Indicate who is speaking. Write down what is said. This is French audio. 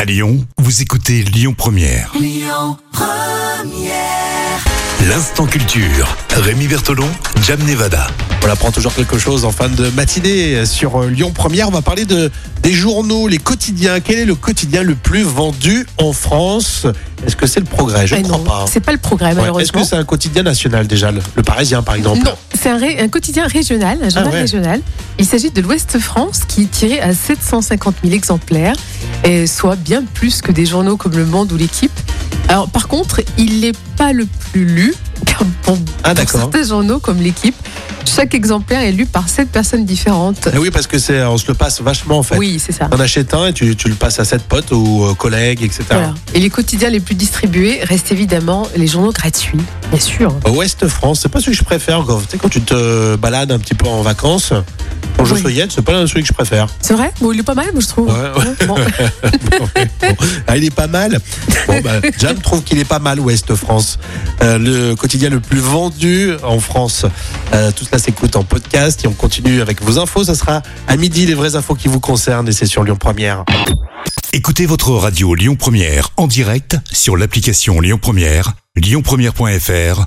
Speaker 1: À Lyon, vous écoutez Lyon Première. Lyon Première. L'instant culture. Rémi Bertolon, Jam Nevada.
Speaker 2: On apprend toujours quelque chose en fin de matinée sur euh, Lyon Première. On va parler de des journaux, les quotidiens. Quel est le quotidien le plus vendu en France Est-ce que c'est le Progrès Je
Speaker 3: Eh
Speaker 2: ne crois
Speaker 3: non,
Speaker 2: pas.
Speaker 3: C'est pas le progrès,
Speaker 2: Ouais. Est-ce
Speaker 3: malheureusement.
Speaker 2: que c'est un quotidien national déjà, le, le Parisien par exemple
Speaker 3: non, c'est un, ré- un quotidien régional, un journal
Speaker 2: Ah ouais.
Speaker 3: régional. Il s'agit de l'Ouest France qui est tiré à 750 000 exemplaires, et soit bien plus que des journaux comme Le Monde ou L'Équipe. Alors, par contre, il n'est pas le plus lu, car pour,
Speaker 2: Ah
Speaker 3: pour
Speaker 2: d'accord.
Speaker 3: certains journaux comme L'Équipe, chaque exemplaire est lu par sept personnes différentes.
Speaker 2: Eh oui, parce que c'est on se le passe vachement en fait. euh,
Speaker 3: Oui, c'est ça.
Speaker 2: On achète un et tu, tu le passes à sept potes ou euh, collègues, etc.
Speaker 3: Voilà. Et les quotidiens les plus distribués restent évidemment les journaux gratuits, bien sûr.
Speaker 2: Ouest France, c'est pas celui que je préfère. Quand, tu sais, quand tu te balades un petit peu en vacances, quand je
Speaker 3: Oui.
Speaker 2: feuillette, c'est pas celui que je préfère.
Speaker 3: C'est vrai Bon, il est pas mal, moi, je trouve.
Speaker 2: Ouais,
Speaker 3: Bon.
Speaker 2: Ah, il est pas mal. Bon, bah, Jam trouve qu'il est pas mal, Ouest France. Euh, le quotidien le plus vendu en France. Euh, tout cela s'écoute en podcast et on continue avec vos infos. Ça sera à midi, les vraies infos qui vous concernent et c'est sur Lyon Première.
Speaker 1: Écoutez votre radio Lyon Première en direct sur l'application Lyon Première, lyonpremière.fr